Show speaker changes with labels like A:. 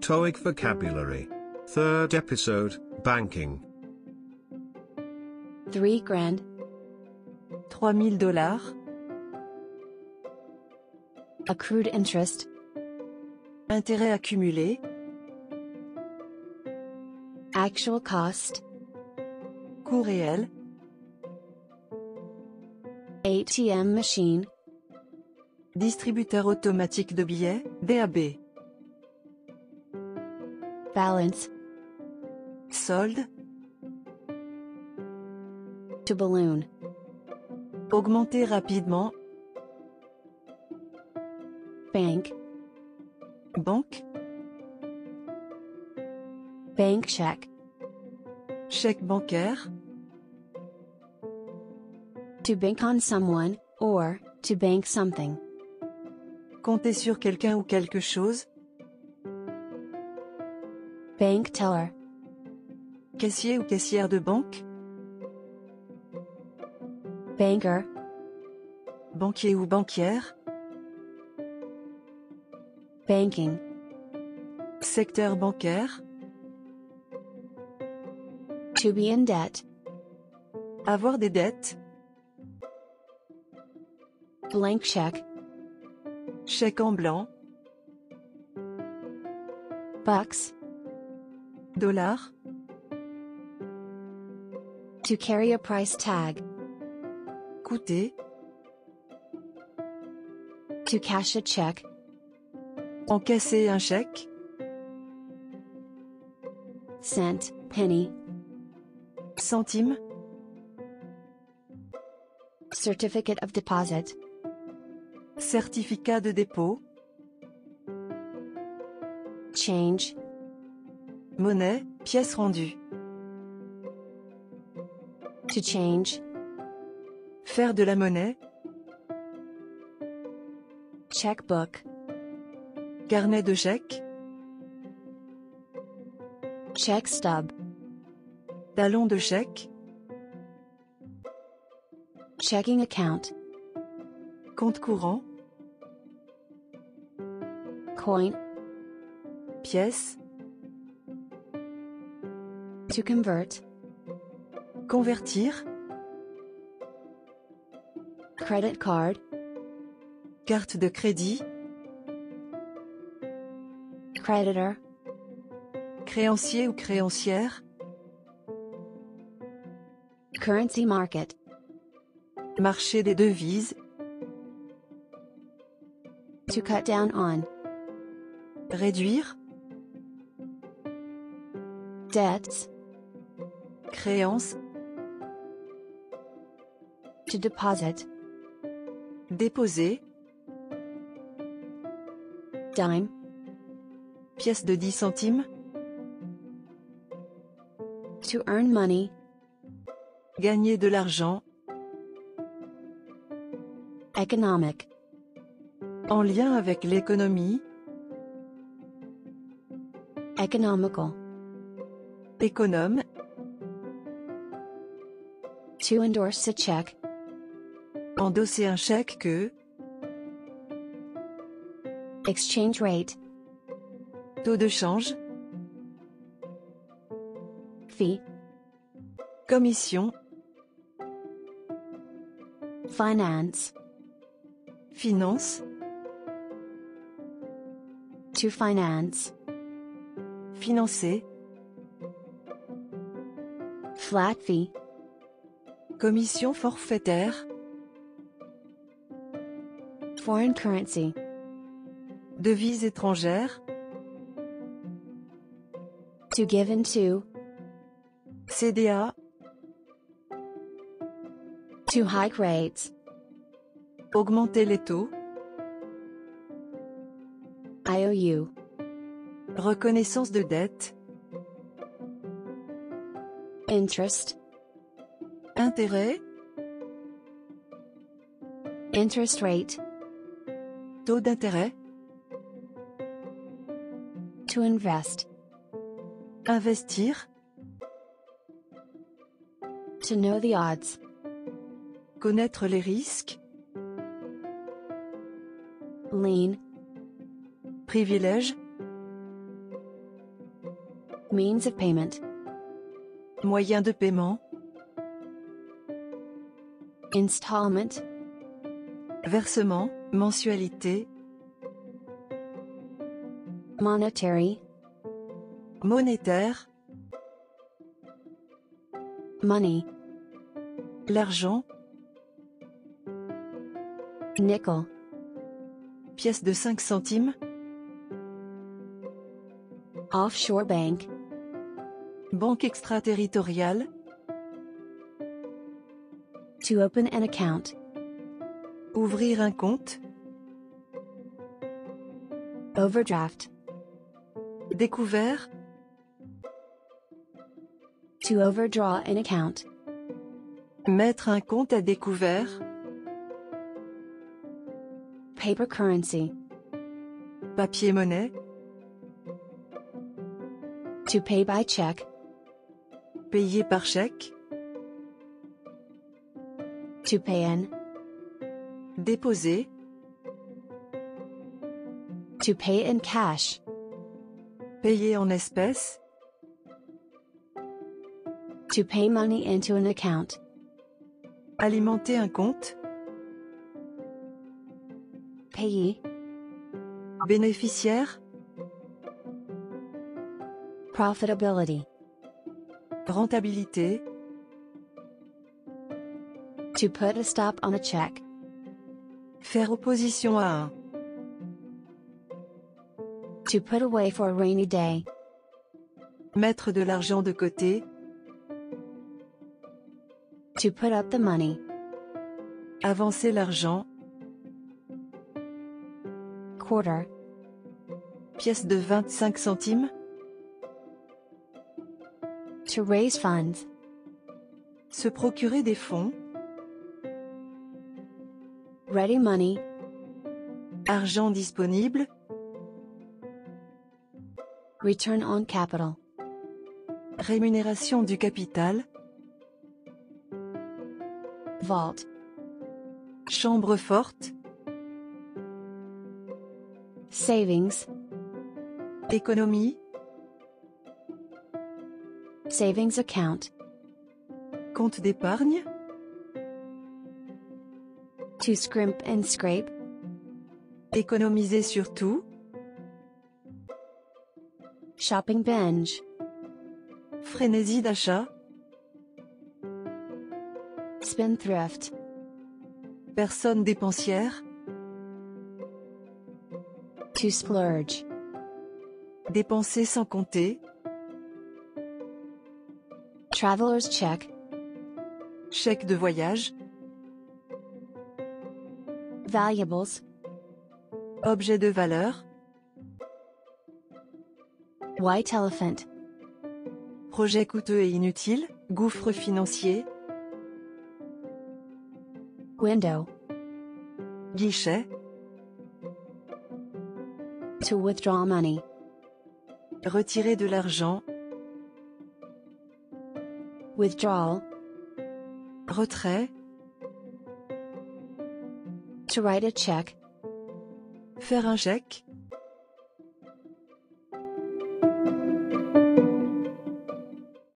A: TOEIC vocabulary. Third episode, banking.
B: 3 grand,
C: 3000 dollars,
B: accrued interest,
C: intérêts accumulés,
B: actual cost,
C: coût réel,
B: ATM machine,
C: distributeur automatique de billets, DAB,
B: balance,
C: solde,
B: to balloon,
C: augmenter rapidement,
B: bank,
C: banque,
B: bank check,
C: chèque bancaire,
B: to bank on someone, or, to bank something,
C: compter sur quelqu'un ou quelque chose,
B: bank teller,
C: caissier ou caissière de banque,
B: banker,
C: banquier ou banquière,
B: banking,
C: secteur bancaire,
B: to be in debt,
C: avoir des dettes,
B: blank check,
C: chèque en blanc,
B: bucks,
C: dollars,
B: to carry a price tag,
C: coûter,
B: to cash a check,
C: encaisser un chèque,
B: cent, penny,
C: centime,
B: certificate of deposit,
C: certificat de dépôt,
B: change,
C: monnaie, pièce rendue,
B: to change,
C: faire de la monnaie,
B: checkbook,
C: carnet de chèque,
B: check stub,
C: talon de chèque,
B: checking account,
C: compte courant,
B: coin,
C: pièce,
B: to convert,
C: convertir,
B: credit card,
C: carte de crédit,
B: creditor,
C: créancier ou créancière,
B: currency market,
C: marché des devises,
B: to cut down on,
C: réduire,
B: debts,
C: créance,
B: to deposit,
C: déposer,
B: dime,
C: pièce de 10 centimes,
B: to earn money,
C: gagner de l'argent,
B: economic,
C: en lien avec l'économie,
B: economical,
C: économe,
B: to endorse a check,
C: endosser un chèque que,
B: exchange rate,
C: taux de change,
B: fee,
C: commission,
B: finance,
C: finance,
B: to finance,
C: financer,
B: flat fee,
C: commission forfaitaire,
B: foreign currency,
C: devise étrangère,
B: to give into,
C: CDA,
B: to hike rates,
C: augmenter les taux,
B: IOU,
C: reconnaissance de dette,
B: interest,
C: intérêt,
B: interest rate,
C: taux d'intérêt,
B: to invest,
C: investir,
B: to know the odds,
C: connaître les risques,
B: lean,
C: privilèges,
B: Means of payment.
C: Moyen de paiement.
B: Installment.
C: Versement. Mensualité.
B: Monetary.
C: Monétaire.
B: Money.
C: L'argent.
B: Nickel.
C: Pièce de 5 centimes.
B: Offshore bank.
C: Banque extraterritoriale.
B: To open an account.
C: Ouvrir un compte.
B: Overdraft.
C: Découvert.
B: To overdraw an account.
C: Mettre un compte à découvert.
B: Paper currency.
C: Papier monnaie.
B: To pay by check.
C: Payé par chèque.
B: To pay in.
C: Déposé.
B: To pay in cash.
C: Payé en espèces.
B: To pay money into an account.
C: Alimenter un compte.
B: Payee.
C: Bénéficiaire.
B: Profitability.
C: Rentabilité.
B: To put a stop on a check.
C: Faire opposition à un.
B: To put away for a rainy day.
C: Mettre de l'argent de côté.
B: To put up the money.
C: Avancer l'argent.
B: Quarter.
C: Pièce de 25 centimes.
B: To raise funds.
C: Se procurer des fonds.
B: Ready money.
C: Argent disponible.
B: Return on capital.
C: Rémunération du capital.
B: Vault.
C: Chambre forte.
B: Savings.
C: Économie.
B: Savings account.
C: Compte d'épargne.
B: To scrimp and scrape.
C: Économiser sur tout.
B: Shopping binge.
C: Frénésie d'achat.
B: Spendthrift.
C: Personne dépensière.
B: To splurge.
C: Dépenser sans compter.
B: Traveler's check.
C: Chèque de voyage.
B: Valuables.
C: Objet de valeur.
B: White elephant.
C: Projet coûteux et inutile. Gouffre financier.
B: Window.
C: Guichet.
B: To withdraw money.
C: Retirer de l'argent.
B: Withdrawal.
C: Retrait.
B: To write a check.
C: Faire un chèque.